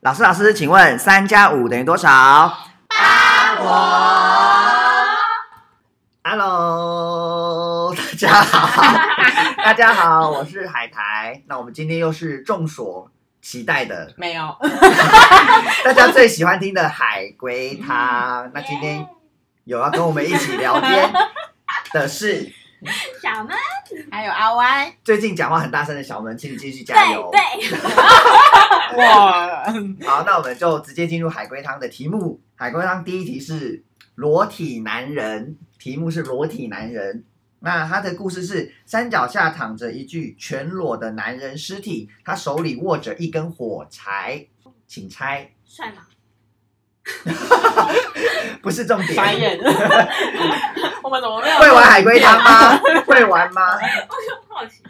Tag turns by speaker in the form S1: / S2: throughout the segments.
S1: 老师，老师，请问三加五等于多少？Hello，大 家好，大家好，我是海苔。那我们今天又是众所期待 的，
S2: 没有，
S1: 大家最喜欢听的海龟
S3: 嗯
S1: 汤。那今天有要跟我们一起聊天的是
S3: 小妹，
S2: 还有阿歪，
S1: 最近讲话很大声的小门，请你继续加油。
S3: 对对，
S2: 哇，
S1: 好，那我们就直接进入海龟汤的题目。海龟汤第一题是裸体男人，题目是裸体男人。那他的故事是山脚下躺着一具全裸的男人尸体，他手里握着一根火柴，请猜，
S3: 帅吗？
S1: 不是重
S2: 傻
S1: 点。
S2: 眼， 我们怎么没有？
S1: 会玩海龟汤吗？会玩吗？
S3: 我就好奇，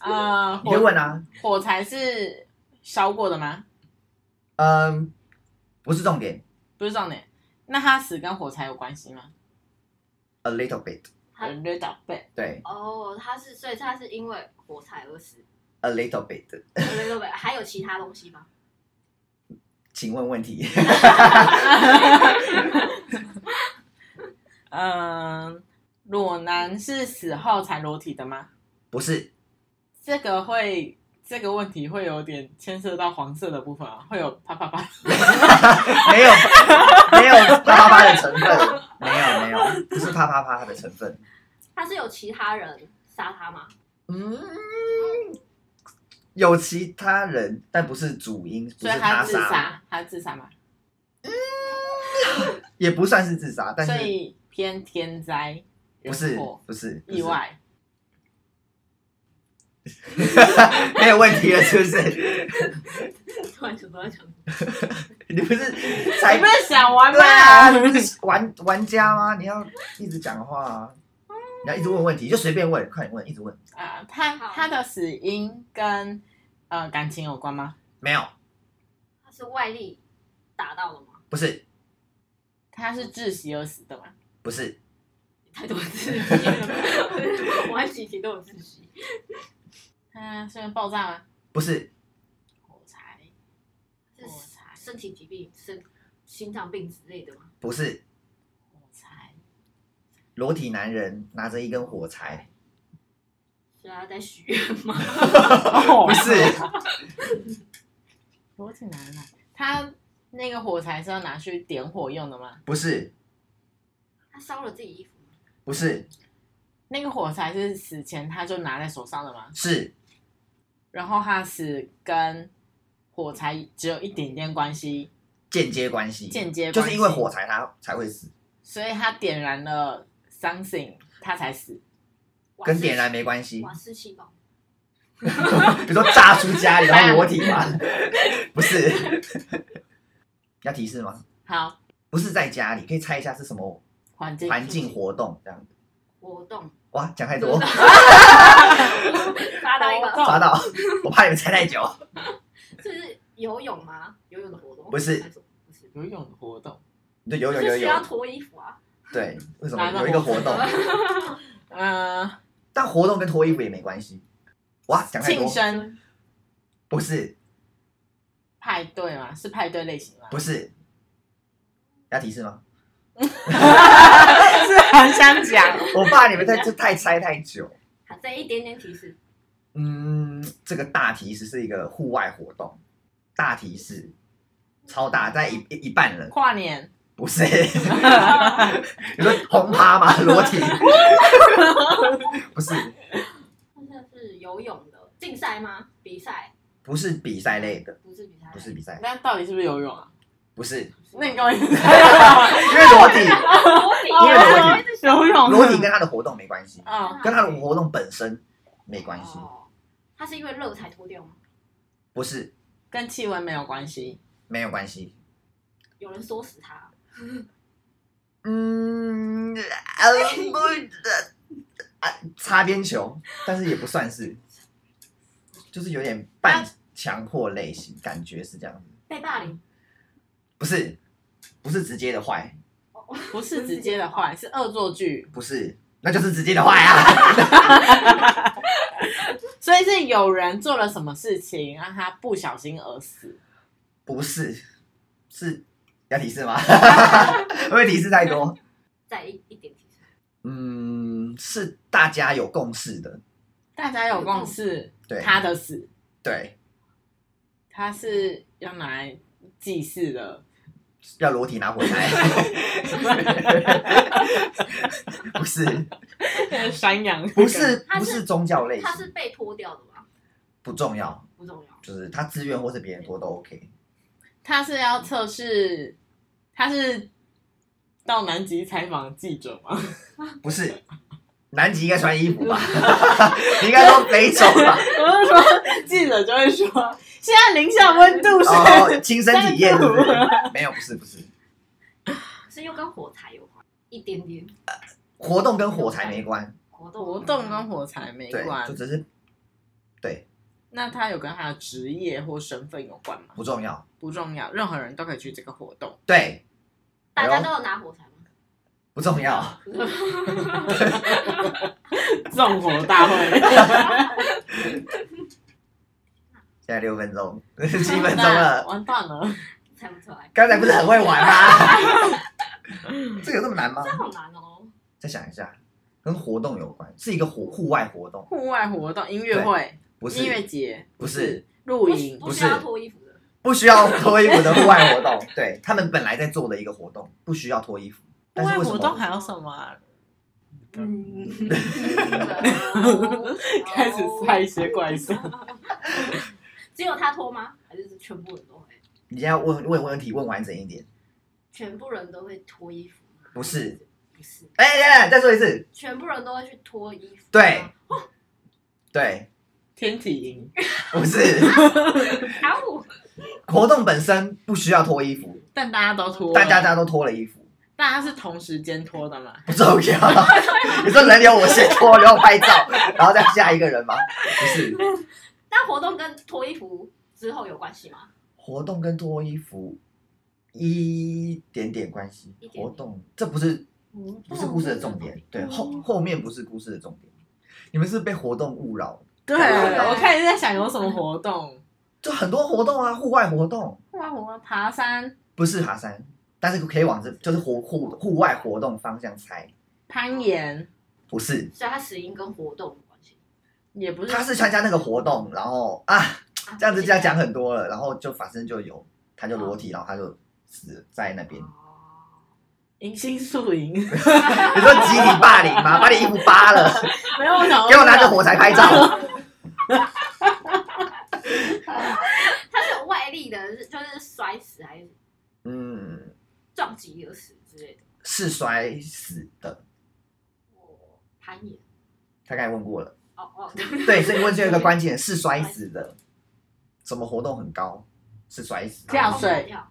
S2: 呃，
S1: 你就
S2: 火
S1: 问啊。
S2: 火柴是烧过的吗？
S1: 嗯，不是重点。
S2: 不是重点。那他死跟火柴有关系吗？
S1: A little bit，
S3: 啊
S2: 人类打背，
S1: 对
S3: 哦，他是，所以他是因为火柴而死，
S1: ，A little bit。
S3: 对对对，还有其他东西吗？
S1: 请问问题？
S2: 嗯，裸男是死后才裸体的吗？
S1: 不是，
S2: 这个会。这个问题会有点牵涉到黄色的部分啊，会有啪啪啪，
S1: 没有，没有啪啪啪的成分，没有没有，不是啪啪啪的成分。
S3: 他是有其他人杀他吗？
S1: 嗯，有其他人，但不是主因，不
S2: 所以
S1: 是
S2: 他自
S1: 杀，
S2: 杀，他自杀嘛，
S1: 也不算是自杀，但
S2: 所
S1: 是
S2: 以偏天灾，
S1: 不是
S2: 人祸
S1: 不是
S2: 意，外，
S1: 不是 没有问题了，是不是？
S3: 突然想到要讲，
S1: 你不是
S2: 你
S1: 才
S2: 不是想玩
S1: 对啊，
S2: 吗？
S1: 你不是玩玩家吗？你要一直讲话啊，你要一直问问题，就随便问，快点问，一直问。
S2: 啊，他
S3: 好
S2: 他的死因跟呃感情有关吗？
S1: 没有，
S3: 他是外力打到了吗？
S1: 不是，
S2: 他是窒息而死的吗？
S1: 不是，
S3: 太多自己了，我还几题都有自己。
S2: 他是因为爆炸吗？
S1: 不是，
S2: 火柴，
S3: 是
S2: 火柴
S3: 身体疾病、身心脏病之类的吗？
S1: 不是，
S2: 火柴，
S1: 裸体男人拿着一根火柴，
S3: 所以他啊在许愿 吗？
S2: 不
S1: 不是，
S2: 裸体男人啊，他那个火柴是要拿去点火用的吗？
S1: 不是，
S3: 他烧了自己衣服吗？
S1: 不是，
S2: 那个火柴是死前他就拿在手上的吗？
S1: 是
S2: 然后他死跟火柴只有一点点关系，
S1: 间接关系，
S2: 间接
S1: 就是
S2: 关系
S1: 因为火柴他才会死，
S2: 所以他点燃了 something，他才死。
S1: 跟点燃没关系。
S3: 瓦斯气爆，
S1: 比如说炸出家里然后裸体 吗？不是，要提示吗？
S2: 好，
S1: 不是在家里，可以猜一下是什么
S2: 环境
S1: 环境活动这样。
S3: 活动
S1: 哇，讲太多， 哦
S3: 发到一个，
S1: 抓到，我怕你们猜太久。
S3: 这是游泳吗？游泳的活动
S1: 不是
S3: 还不是，
S2: 游泳的活动。
S1: 你就游泳游
S3: 就需要
S1: 泳，
S3: 脱衣服啊。
S1: 对，为什
S2: 哪
S1: 么
S2: 个
S1: 有一个活动？
S2: 嗯、
S1: 但活动跟脱衣服也没关系。哇，讲太
S2: 庆
S1: 多，
S2: 生
S1: 不是，
S2: 派对吗？是派对类型吗？
S1: 不是，要提示吗？
S2: 是，很想讲。
S1: 我怕你们太这太猜太久。
S3: 好，再一点点提示，
S1: 嗯，这个大提示是一个户外活动，大提示，超大，在一一一半人，
S2: 跨 年，
S1: 不是？你说红趴吗？裸体？ 不是，
S3: 那是游泳的竞赛吗？比赛？
S1: 不是比赛类的，
S3: 不是比赛，
S1: 不是比赛，
S2: 那到底是不是游 泳啊？
S1: 不是，
S2: 那你跟我一起
S1: 因
S2: 猜
S1: 为裸体，
S3: 哦
S1: 因为裸体
S2: 游泳
S1: 裸 体跟他的活动没关系，
S2: 啊、
S1: 跟他的活动本身没关系，
S3: 哦，他是因为热才脱掉吗？
S1: 不是，
S2: 跟气温没有关系。
S1: 没有关系。
S3: 有人唆使他，
S1: 嗯，呃不呃啊，擦边球，但是也不算是，就是有点半强迫类型，感觉是这样子，
S3: 被霸凌，
S1: 不是，不是直接的坏，
S2: 不是直接的坏，是恶作剧，
S1: 不是，那就是直接的坏啊，
S2: 所以是有人做了什么事情让他不小心而死。
S1: 不是，是要提示吗？ 会不会提示太多？
S3: 再一一点提示，
S1: 嗯，是大家有共识的，
S2: 大家有共识，
S1: 对
S2: 他的死，
S1: 对，
S2: 他是要拿来祭祀的，
S1: 要裸体拿火柴，不是，
S2: 山羊
S1: 不是，
S3: 它
S1: 不
S3: 是
S1: 是宗教类
S3: 他
S1: 型，
S3: 是被脱掉的吗？
S1: 不重要，
S3: 不重要，
S1: 就是他自愿或是别人拖都 OK。
S2: 他是要测试，他是到南极采访记者 吗？
S1: 不是，南极应该穿衣服吧？ 你应该说北走 吧？
S2: 我是说，记者就会说，现在零下温度是、
S1: 哦，亲身体验是不 是？没有，不是，不是，
S3: 是又跟火柴有关，一点点
S1: 活动跟火柴没关，
S3: 活动
S2: 活动哦跟火柴没
S1: 哦对，
S2: 关
S1: 就。只是
S2: 那他有跟他的职业或身份有关吗？
S1: 不重要。
S2: 不重要，任何人都可以去这个活动。
S1: 对，
S3: 大家都有拿火柴吗？
S1: 不重要。
S2: 纵火大 会，
S1: 现在六分钟， 七分钟了，
S2: 完蛋了。
S3: 猜不出来，
S1: 刚才不是很会玩吗？ 这个有这么难吗
S3: 这？好难哦。
S1: 再想一下，跟活动有关，是一个户户外活动，
S2: 户外活动、音乐会、
S1: 不是
S2: 音乐节，
S1: 不是
S2: 露营，
S3: 不需要脱衣服的，
S1: 不需要脱衣服的户外活动， 对他们本来在做的一个活动，不需要脱衣服。
S2: 户
S1: 但
S2: 外
S1: 是为什
S2: 活动
S1: 么？
S2: 还有什么啊、
S3: 嗯，
S2: 开始猜一些怪兽。
S3: 哦只有他脱吗？还是全部人都会？
S1: 你今天要哎问问问题问完整一点，
S3: 全部人都会脱衣服吗？
S1: 不是，
S3: 不是，
S1: 哎、等等再说一次，
S3: 全部人都会去脱衣服。
S1: 对，对，
S2: 天体营，
S1: 不是
S3: 啊我
S1: 活动本身不需要脱衣服，
S2: 但大家都脱了，
S1: 大家大家都脱了衣服，
S2: 大家是同时间脱的嘛？
S1: 不重要。 你说轮流我先脱，然后拍照，然后再下一个人吗？不是，
S3: 那活动跟脱衣服之后有关系吗？
S1: 活动跟脱衣服一点点关系
S3: 一。点哦点
S1: 活动这不是不是故事的重点，对后后面不是故事的重点。你们是被活动误扰，
S2: 对，我开始在想有什么活动，
S1: 就很多活动啊，户外活动
S2: 户外活动、爬山、
S1: 不是爬山，但是可以往这就是活户户外活动方向猜，
S2: 攀岩，
S1: 不是。
S3: 所以它死因跟活动有关系。
S2: 也不是
S1: 他是参加那个活动，然后啊，
S3: 啊
S1: 这样子这样讲。很多了，然后就反正就有，他就裸体，然后他就死在那边。
S3: 哦
S2: 迎新宿营，
S1: 你说集体霸凌吗？把你衣服扒了，
S2: 没有我想
S1: 给我拿着火柴拍照。
S3: 它是有外力的，是就是摔死还是
S1: 嗯，
S3: 撞击而死之类的？
S1: 是摔死的，
S3: 哦，攀岩。
S1: 他刚才问过了。
S3: 哦 哦，
S1: 对，所以问最后一个关键是摔死的，什么活动很高？是摔死
S2: 跳水
S3: 高空弹跳，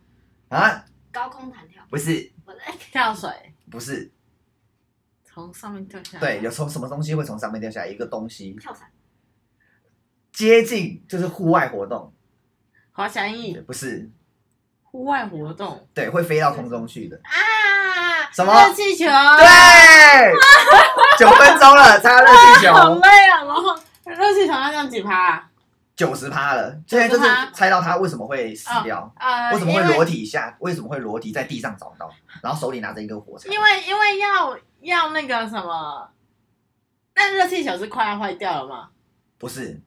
S1: 啊？
S3: 高空弹跳，
S1: 不是，
S3: 我在
S2: 跳水，
S1: 不是，
S2: 从上面跳下来，
S1: 对，有从什么东西会从上面掉下来？一个东西
S3: 跳伞，
S1: 接近就是户外活动，
S2: 滑翔翼，
S1: 不是，
S2: 户外活动
S1: 对，会飞到空中去的。
S2: 啊，
S1: 什么啊
S2: 热气球，
S1: 对，九分钟了，差热气
S2: 好
S1: 球
S2: 累啊，然后热气球要这样几趴啊？
S1: 九十趴了。现在就是猜到他为什么会死掉，
S2: 呃，
S1: 为什么会
S2: 因
S1: 裸体下，为什么会裸体在地上找到，然后手里拿着一根火柴。
S2: 因为因为要要那个什么，那热气球是快要坏掉了吗？
S1: 不是，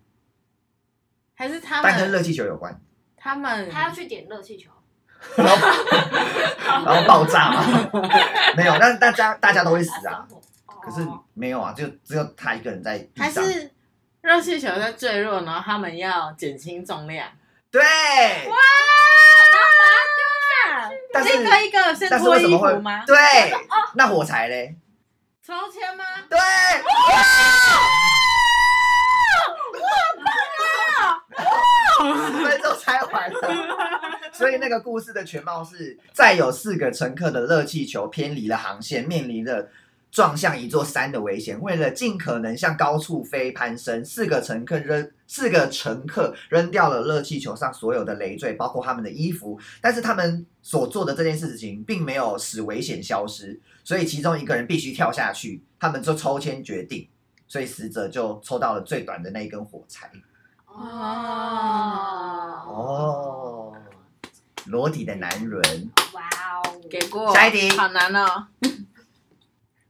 S2: 还是他
S1: 但跟
S2: 们
S1: 热气球有关，
S2: 他们
S3: 他要去点热气球，
S1: 然 后然后爆炸嘛？没有，但大家大家都会死啊。
S3: 生火。
S1: 可是
S3: 哦
S1: 没有啊，就只有他一个人在地
S2: 还
S1: 上。
S2: 是热气球在坠落，然后他们要减轻重量。
S1: 对，
S2: 哇！
S1: 但是
S2: 一个一个先
S1: 但是
S2: 脱
S1: 为什
S2: 衣
S1: 么会
S2: 服吗？
S1: 对？
S2: 哦
S1: 那火柴嘞？
S2: 抽签吗？
S1: 对。十分钟才完了，所以那个故事的全貌是：载有四个乘客的热气球偏离了航线，面临着撞向一座山的危险。为了尽可能向高处飞攀升，四个乘客扔四个乘客扔掉了热气球上所有的累赘，包括他们的衣服。但是他们所做的这件事情并没有使危险消失，所以其中一个人必须跳下去。他们就抽签决定，所以死者就抽到了最短的那一根火柴。
S3: 哦
S1: 哦，裸体的男人。
S3: 哇哦，
S4: 给过。
S1: 下一题
S4: 好难哦。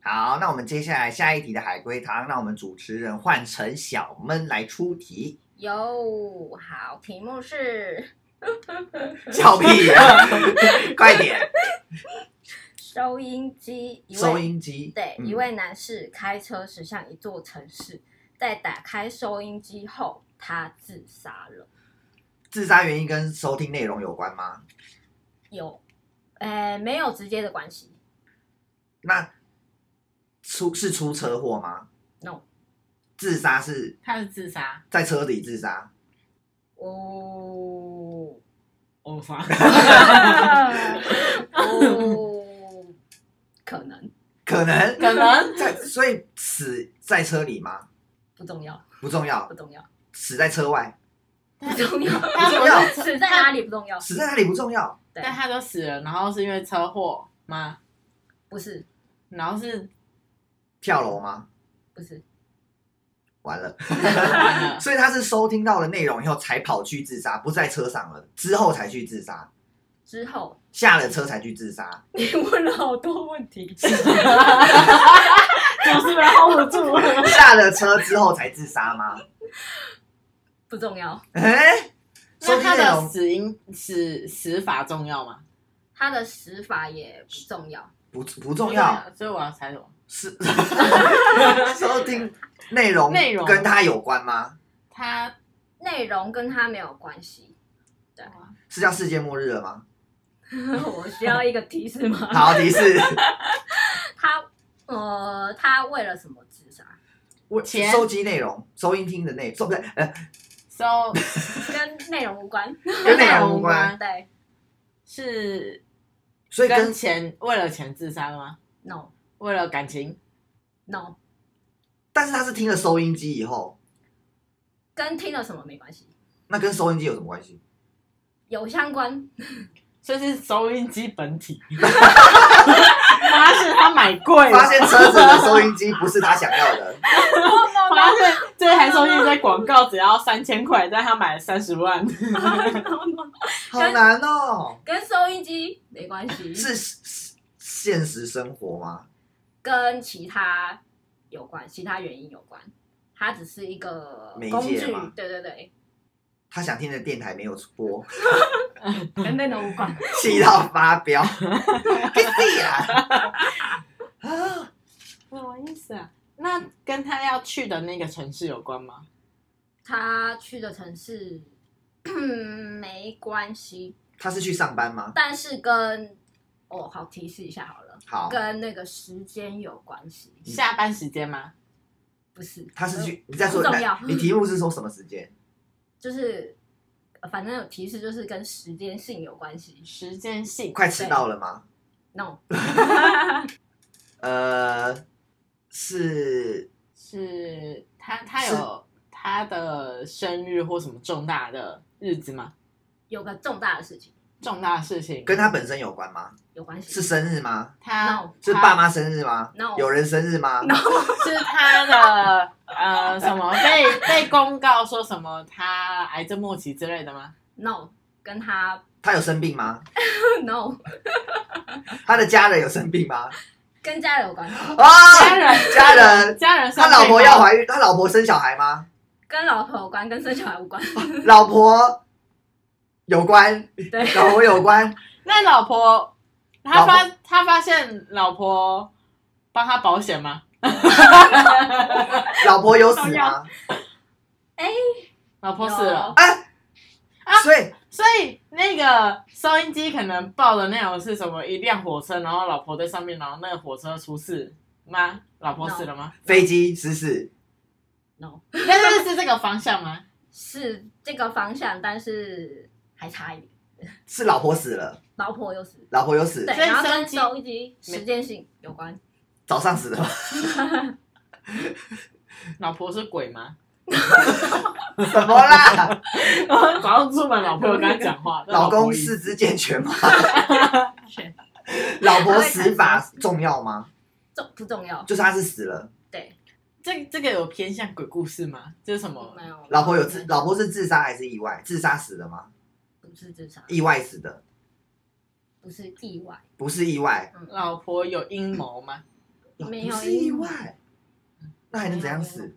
S1: 好，那我们接下来下一题的海龟汤，让我们主持人换成小闷来出 题。
S3: 有好，题目是
S1: 笑 屁呀、快点！
S3: 收音机，一位
S1: 收音机，
S3: 对，
S1: 嗯
S3: 一位男士开车驶向一座城市，在打开收音机后，他自杀了。
S1: 自杀原因跟收听内容有关吗？
S3: 有，呃，没有直接的关系。
S1: 那出是出车祸吗
S3: No
S1: 自杀是
S2: 他是自杀，
S1: 在车里自杀，
S3: 哦，
S2: 我杀，
S3: 哦，可能
S1: 可能
S2: 可 能
S1: 在，所以死在车里吗？
S3: 不重要，
S1: 不重要
S3: 不，重要，
S1: 死在车外，
S3: 不重要。
S2: 他
S1: 重要
S2: 不是
S3: 死在哪里不重要，
S1: 死在哪里不重要，
S3: 对，
S2: 但他都死了，然后是因为车祸吗？
S3: 不是，
S2: 然后是
S1: 跳楼吗？
S3: 不是，
S1: 完 了，
S2: 完 了，
S1: 所以他是收听到了内容以后才跑去自杀，不在车上了，之后才去自杀，
S3: 之后
S1: 下了车才去自杀。
S3: 你问了好多问题，
S2: 主持人 hold 不住了。
S1: 下了车之后才自杀吗？
S3: 不重要。
S1: 哎、收
S2: 那
S1: 听
S2: 他
S1: 内
S2: 的
S1: 容
S2: 死因死死法重要吗？
S3: 他的死法也不重要，
S1: 不不重要，，
S2: 所以我要猜什么？
S1: 是 收听内容
S2: 内容
S1: 跟他有关吗？
S2: 他
S3: 内容跟他没有关系。对，
S1: 是叫世界末日了 吗？
S3: 我需要一个提示吗？
S1: 好，提示
S3: 他呃，他为了什么自杀？
S1: 我
S2: 钱
S1: 收集内容，收音听的内，收不对，呃，
S2: so
S3: 跟内容无关。
S1: 跟内容无关，
S3: 对
S2: 是
S1: 所以
S2: 跟
S1: 跟
S2: 钱为了钱自杀的吗？
S3: ，no
S2: 为了感情
S3: no，
S1: 但是他是听了收音机以后，
S3: 跟听了什么没关系，
S1: 那跟收音机有什么关 系？
S3: 有相 关。
S2: 所以是收音机本体。发现他买
S3: 哎
S2: 贵了，
S1: 发现车子的收音机不是他想要 的，
S2: 发现这台收音机在广告只要三千块，但他买了三十 万。
S1: 好难哦。
S3: 跟收音机没关系，
S1: 是是是现实生活吗？
S3: 跟其他有关，其他原因有关。它只是一个
S1: 媒
S3: 工
S1: 介
S3: 具
S1: 嘛，
S3: 对对对，
S1: 他想听的电台没有播，
S3: 跟内容无关。
S1: 气到发飙，个屁啊！啊，
S2: 什么意思啊？那跟他要去的那个城市有关吗？
S3: 他去的城市没关系，
S1: 他是去上班吗？
S3: 但是跟哦，好提示一下好了，
S1: 好，
S3: 跟那个时间有关系，
S1: 嗯
S2: 下班时间吗？
S3: 不是？
S1: 他是去，你再说，
S3: 不重要
S1: 来你题目是说什么时间？
S3: 就是呃反正有提示，就是跟时间性有关系。
S2: 时间性
S1: 快迟到了吗？
S3: No，
S1: 呃，是
S2: 是他他有他的生日或什么重大的日子吗？
S3: 有个重大的事情
S2: 重大的事情
S1: 跟他本身有关吗？
S3: 有关系。
S1: 是生日吗？
S2: 他
S3: No
S1: 是
S2: 他
S1: 爸妈生日吗
S3: No
S1: 有人生日吗
S2: 是他的呃什么被被公告说什么他癌症末期之类的吗？
S3: No，跟他
S1: 他有生病吗？
S3: No，
S1: 他的家人有生病吗？
S3: 跟家人有关系，
S2: 家
S1: 啊，
S2: 人
S1: 家人，
S2: 家人生
S1: 他
S2: 病吗
S1: 老婆要怀孕，他老婆生小孩吗？
S3: 跟老婆有关，跟生小孩无关。
S1: 老婆有关，
S3: 对，
S1: 老婆有关，
S2: 那老婆他发
S1: 老
S2: 他发现老婆帮他保险吗？
S1: 老婆有死吗？
S2: 老婆死了，啊
S1: 所以
S2: 所以那个收音机可能报的内容是什么？一辆火车，然后老婆在上面，然后那个火车出事吗？老婆死了吗？
S1: 飞机失事，
S3: No，
S2: 那就是这个方向吗？
S3: 是这个方向，但是还差一点。
S1: 是老婆死了，
S3: 老婆又死，
S1: 老婆有死
S3: 对，，
S2: 所以
S3: 然后
S2: 生
S3: 跟
S2: 机
S3: 收音机时间性有关。
S1: 早上死了 吗？
S2: 老婆是鬼吗？
S1: 什么啦？
S2: 早上出门，老婆有跟他讲话，
S1: 老公
S2: 是
S1: 四肢健全吗？
S3: 选
S1: 老婆死法重要吗？
S3: 重不重要？
S1: 就是他是死了，
S3: 对，
S2: 这这个有偏向鬼故事吗？这是什
S1: 嗯
S2: 么？
S3: 没有。
S1: 老婆有自，老婆是自杀还是意外？自杀死的吗？
S3: 不是自杀，
S1: 意外死的，
S3: 不是意外，
S1: 不是意外，
S2: 老婆有阴谋吗？
S3: 没有
S1: 哦不是意
S3: 意外
S1: 外，那还能怎样死？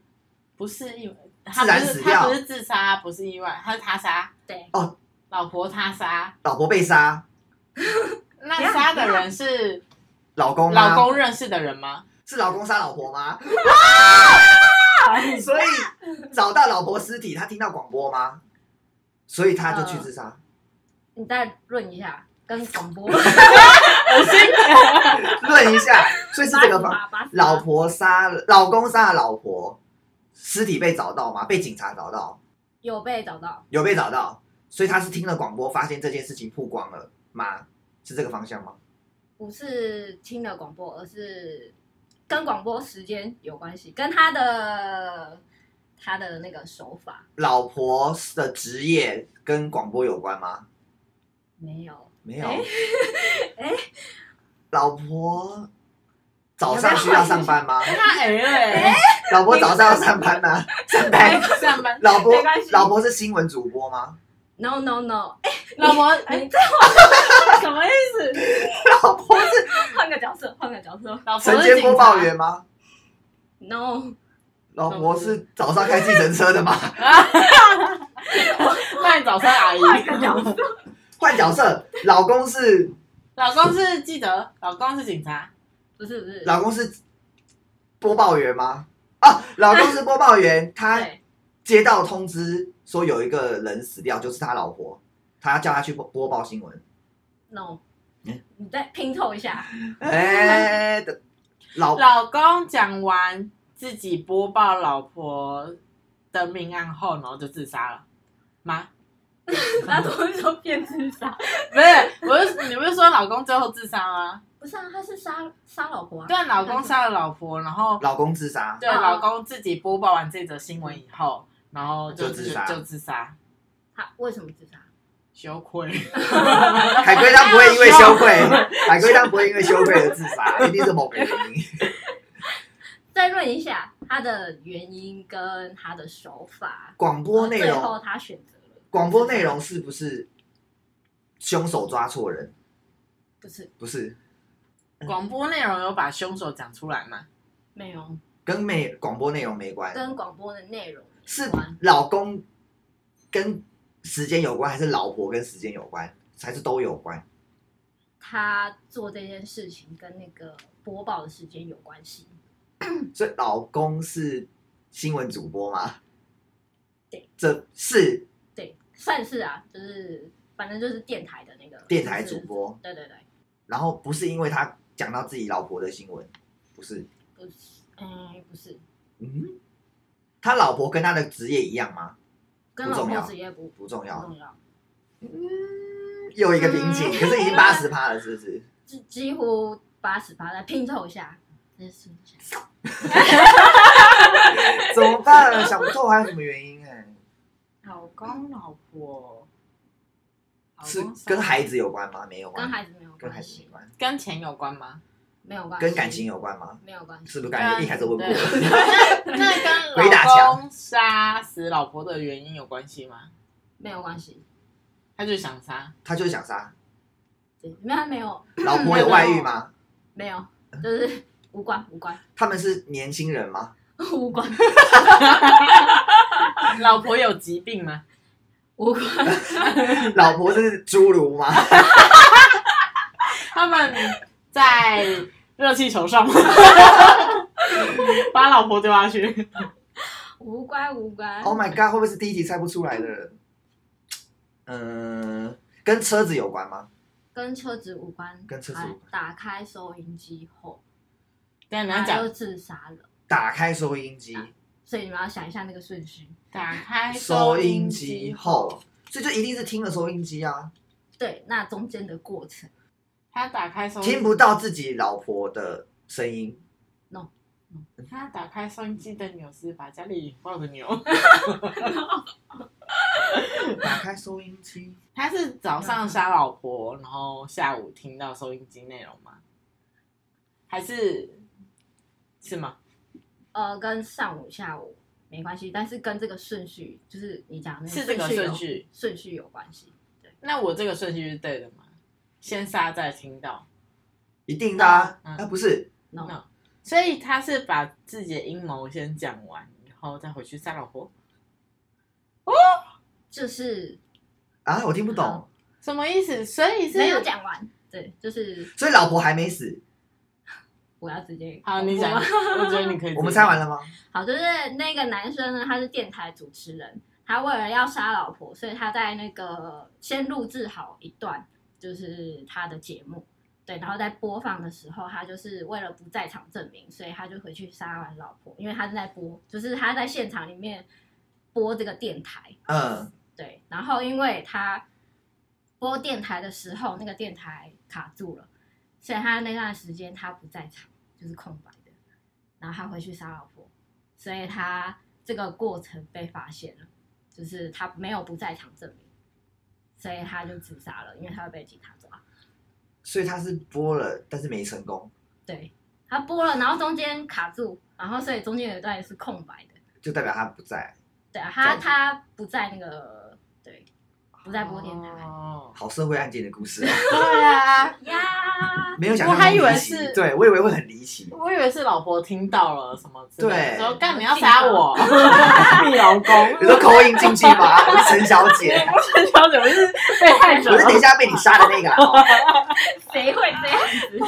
S2: 不是意外，
S1: 自
S2: 他
S1: 然
S2: 不
S1: 死
S2: 是
S1: 掉
S2: 他不是自杀，不是意外，他是他杀
S3: 对，
S2: 老婆他杀，
S1: 老婆被杀，
S2: 那
S1: 等一下
S2: 杀的人是
S1: 老公吗？
S2: 老公认识的人吗？
S1: 是老公杀老婆吗？ 所以找到老婆尸体，他听到广播吗？所以他就去自杀。
S3: 你再润一下，跟广 播
S2: 恶心，
S3: 嗯
S1: 论一下，所以是这个 方。
S3: 八八八
S1: 老婆杀了老公杀了老婆，尸体被找到吗？被警察找到，
S3: 有被找到，
S1: 有被找到，所以他是听了广播，发现这件事情曝光了吗？是这个方向吗？
S3: 不是听了广播，而是跟广播时间有关系，跟他的他的那个手法
S1: 老婆的职业跟广播有关吗？
S3: 没有。
S1: 没有。
S3: 哎
S1: 老婆早上需要上班吗？
S2: 那哎 嘞，
S1: 老婆早上要上班吗？上班。
S2: 上班，
S1: 老婆
S3: 没关系
S1: 老婆是新闻主播吗？
S3: No no no，
S2: 老婆哎，
S3: 哎，再
S2: 什么意思？
S1: 老婆是
S3: 换个角色，换个角色。
S2: 老婆
S1: 晨间
S2: 是
S1: 播
S2: 警
S1: 报
S2: 察，
S1: 员吗？
S3: No，
S1: 老婆是早上开计程车的吗？
S2: 那你早餐阿姨，
S3: 换个角色。
S1: 换角色，老公是
S2: 老公是记者，老公是警察，
S3: 不是不是，
S1: 老公是播报员吗？啊，老公是播报员，他
S3: 对
S1: 接到通知说有一个人死掉，就是他老婆，他叫他去播播报新 闻。
S3: no，
S1: 嗯
S3: 你再拼凑 一下，
S1: 哎、的老
S2: 老公讲完自己播报老婆的命案后，然后就自杀了吗？
S3: 那都是说变自杀。
S2: 不是，我是你不是说老公最后自杀吗？
S3: 不是啊，他是杀杀老婆啊。
S2: 对啊，老公杀了老婆，然后
S1: 老公自杀，
S2: 对
S3: 嗯
S2: 老公自己播报完这则新闻以后，然后就
S1: 就自杀
S2: 就自杀，
S3: 他为什么自杀？
S2: 羞愧。
S1: 海龟汤不会因为羞愧，海龟汤不会因为羞愧而自杀，一定是某个原因。
S3: 再论一下他的原因跟他的手法。
S1: 广播内
S3: 最后
S1: 容，
S3: 他选择了，
S1: 广播内容是不是凶手抓错人？
S3: 不是
S1: 不是，
S2: 广播内容有把凶手讲出来吗？
S3: 没有
S1: 跟美广播内容没关，
S3: 跟广播的内容
S1: 是
S3: 有关，
S1: 老公跟时间有关，还是老婆跟时间有关，还是都有关？
S3: 他做这件事情跟那个播报的时间有关系。
S1: 所以老公是新闻主播嘛？
S3: 对，
S1: 这是
S3: 对，算是啊，就是反正就是电台的那个
S1: 电台主。播，
S3: 就是对对对，
S1: 然后不是因为他讲到自己老婆的新闻，不是，
S3: 不是，嗯，不是，
S1: 嗯，他老婆跟他的职业一样吗？
S3: 跟
S1: 不
S3: 老
S1: 重
S3: 婆
S1: 要
S3: 职业不不
S1: 不重要，
S3: 重要，
S1: 又一个瓶颈，可是已经八十趴了，是不是？
S3: 几几乎八十八，再拼凑一下，再数一下，
S1: 怎么办？啊想不透还有什么原因、哎，
S2: 老公老婆
S1: 是
S2: 老公杀
S1: 跟孩子有关吗？没有关，
S3: 跟孩子没有
S1: 跟
S3: 关
S1: 孩子
S3: 系
S1: 有，关，
S2: 跟钱有关 吗？
S3: 没有关系，
S1: 跟感情有关吗？
S3: 没有关系，
S1: 是不是刚才一开始问过？
S2: 对啊那那
S1: 鬼
S2: 跟
S1: 打
S2: 老
S1: 墙
S2: 公杀死老婆的原因有关系吗？
S3: 没有关系，
S2: 他就想 杀，
S1: 他就是想杀
S3: 对，没有没有
S1: 老婆有外遇吗？
S3: 没有，就是无关无关
S1: 他们是年轻人吗？
S3: 无关
S2: 老婆有疾病吗？
S3: 无关，
S1: 老婆是侏儒吗？
S2: 他们在热气球 上把老婆丢下去，
S3: 无关无关。
S1: Oh my god！会不会是第一题猜不出来的人？嗯、跟车子有关吗？
S3: 跟车子无关，
S1: 跟车子无关
S3: 哎打开收音机后，
S2: 但你要
S3: 他
S2: 讲
S3: 就自杀了。
S1: 打开收音机，
S3: 所以你们要想一下那个顺序。
S2: 打开
S1: 收音机，后，所以就一定是听了收音机啊，
S3: 对，那中间的过程
S2: 他打开收
S1: 听
S2: 音，
S1: 不到自己老婆的声音。
S2: 他打开收音机的钮是把家里放的钮，嗯
S1: 打开收音机，
S2: 他是早上杀老婆，然后下午听到收音机内容吗？还是是吗？
S3: 呃，跟上午、下午没关系，但是跟这个顺序，就是你讲的那
S2: 是这个
S3: 有
S2: 顺序哦
S3: 顺序有关系。
S2: 那我这个顺序是对的吗？先杀再听到，
S1: 一定的啊，
S2: 嗯
S1: 啊不是，
S3: no，
S2: No 所以他是把自己的阴谋先讲完，然后再回去杀老婆，
S3: 就是
S1: 啊，我听不懂
S3: 好，
S2: 什么意思？所以是
S3: 没有讲完，对，就是
S1: 所以老婆还没死，
S3: 我要直接
S2: 好，你讲，
S3: 我
S2: 我觉得你可以。
S1: 我们猜完，了吗？
S3: 好，就是那个男生呢，他是电台主持人，他为了要杀老婆，所以他在那个先录制好一段，就是他的节目，对，然后在播放的时候，他就是为了不在场证明，所以他就回去杀完老婆，因为他是在播，就是他在现场里面播这个电台，
S1: 嗯，
S3: 对，然后因为他播电台的时候，那个电台卡住了，所以他那段时间他不在场，就是空白的。然后他回去杀老婆，所以他这个过程被发现了，就是他没有不在场证明，所以他就自杀了，因为他会被警察抓。
S1: 所以他是播了，但是没成功，
S3: 对他播了，然后中间卡住，然后所以中间有一段是空白的。
S1: 就代表他不在，
S3: 对啊，他
S1: 在
S3: 他不在那个对，不在播电台
S2: 哦，
S1: 好社会案件的故 事啊，
S2: 对啊，
S3: 呀。
S1: 没有想象
S2: 我还以为
S1: 中离奇
S2: 是
S1: 对我以为会很离奇，
S2: 我以为是老婆听到了什么之类
S1: 对
S2: 的，说干你要杀我，你老公，
S1: 你说口音进去吗？我是陈小姐，
S2: 陈小姐我是被害者
S1: 我，是等一下被你杀的那个啦。哦
S3: 谁会这样子？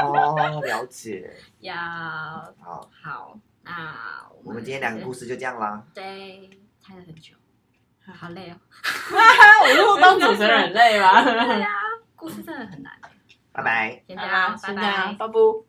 S1: 哦，了解。
S3: 呀，
S1: 好，
S3: 好，那
S1: 我们今天两个故
S3: 事
S1: 事就这样啦。
S3: 对猜了很久，好累哦。
S2: 我就当主持人很累吗？
S3: 对啊，故事真的很难。
S1: 拜拜。
S3: 先这样，拜
S2: 先这样
S3: 拜。
S2: 拜拜。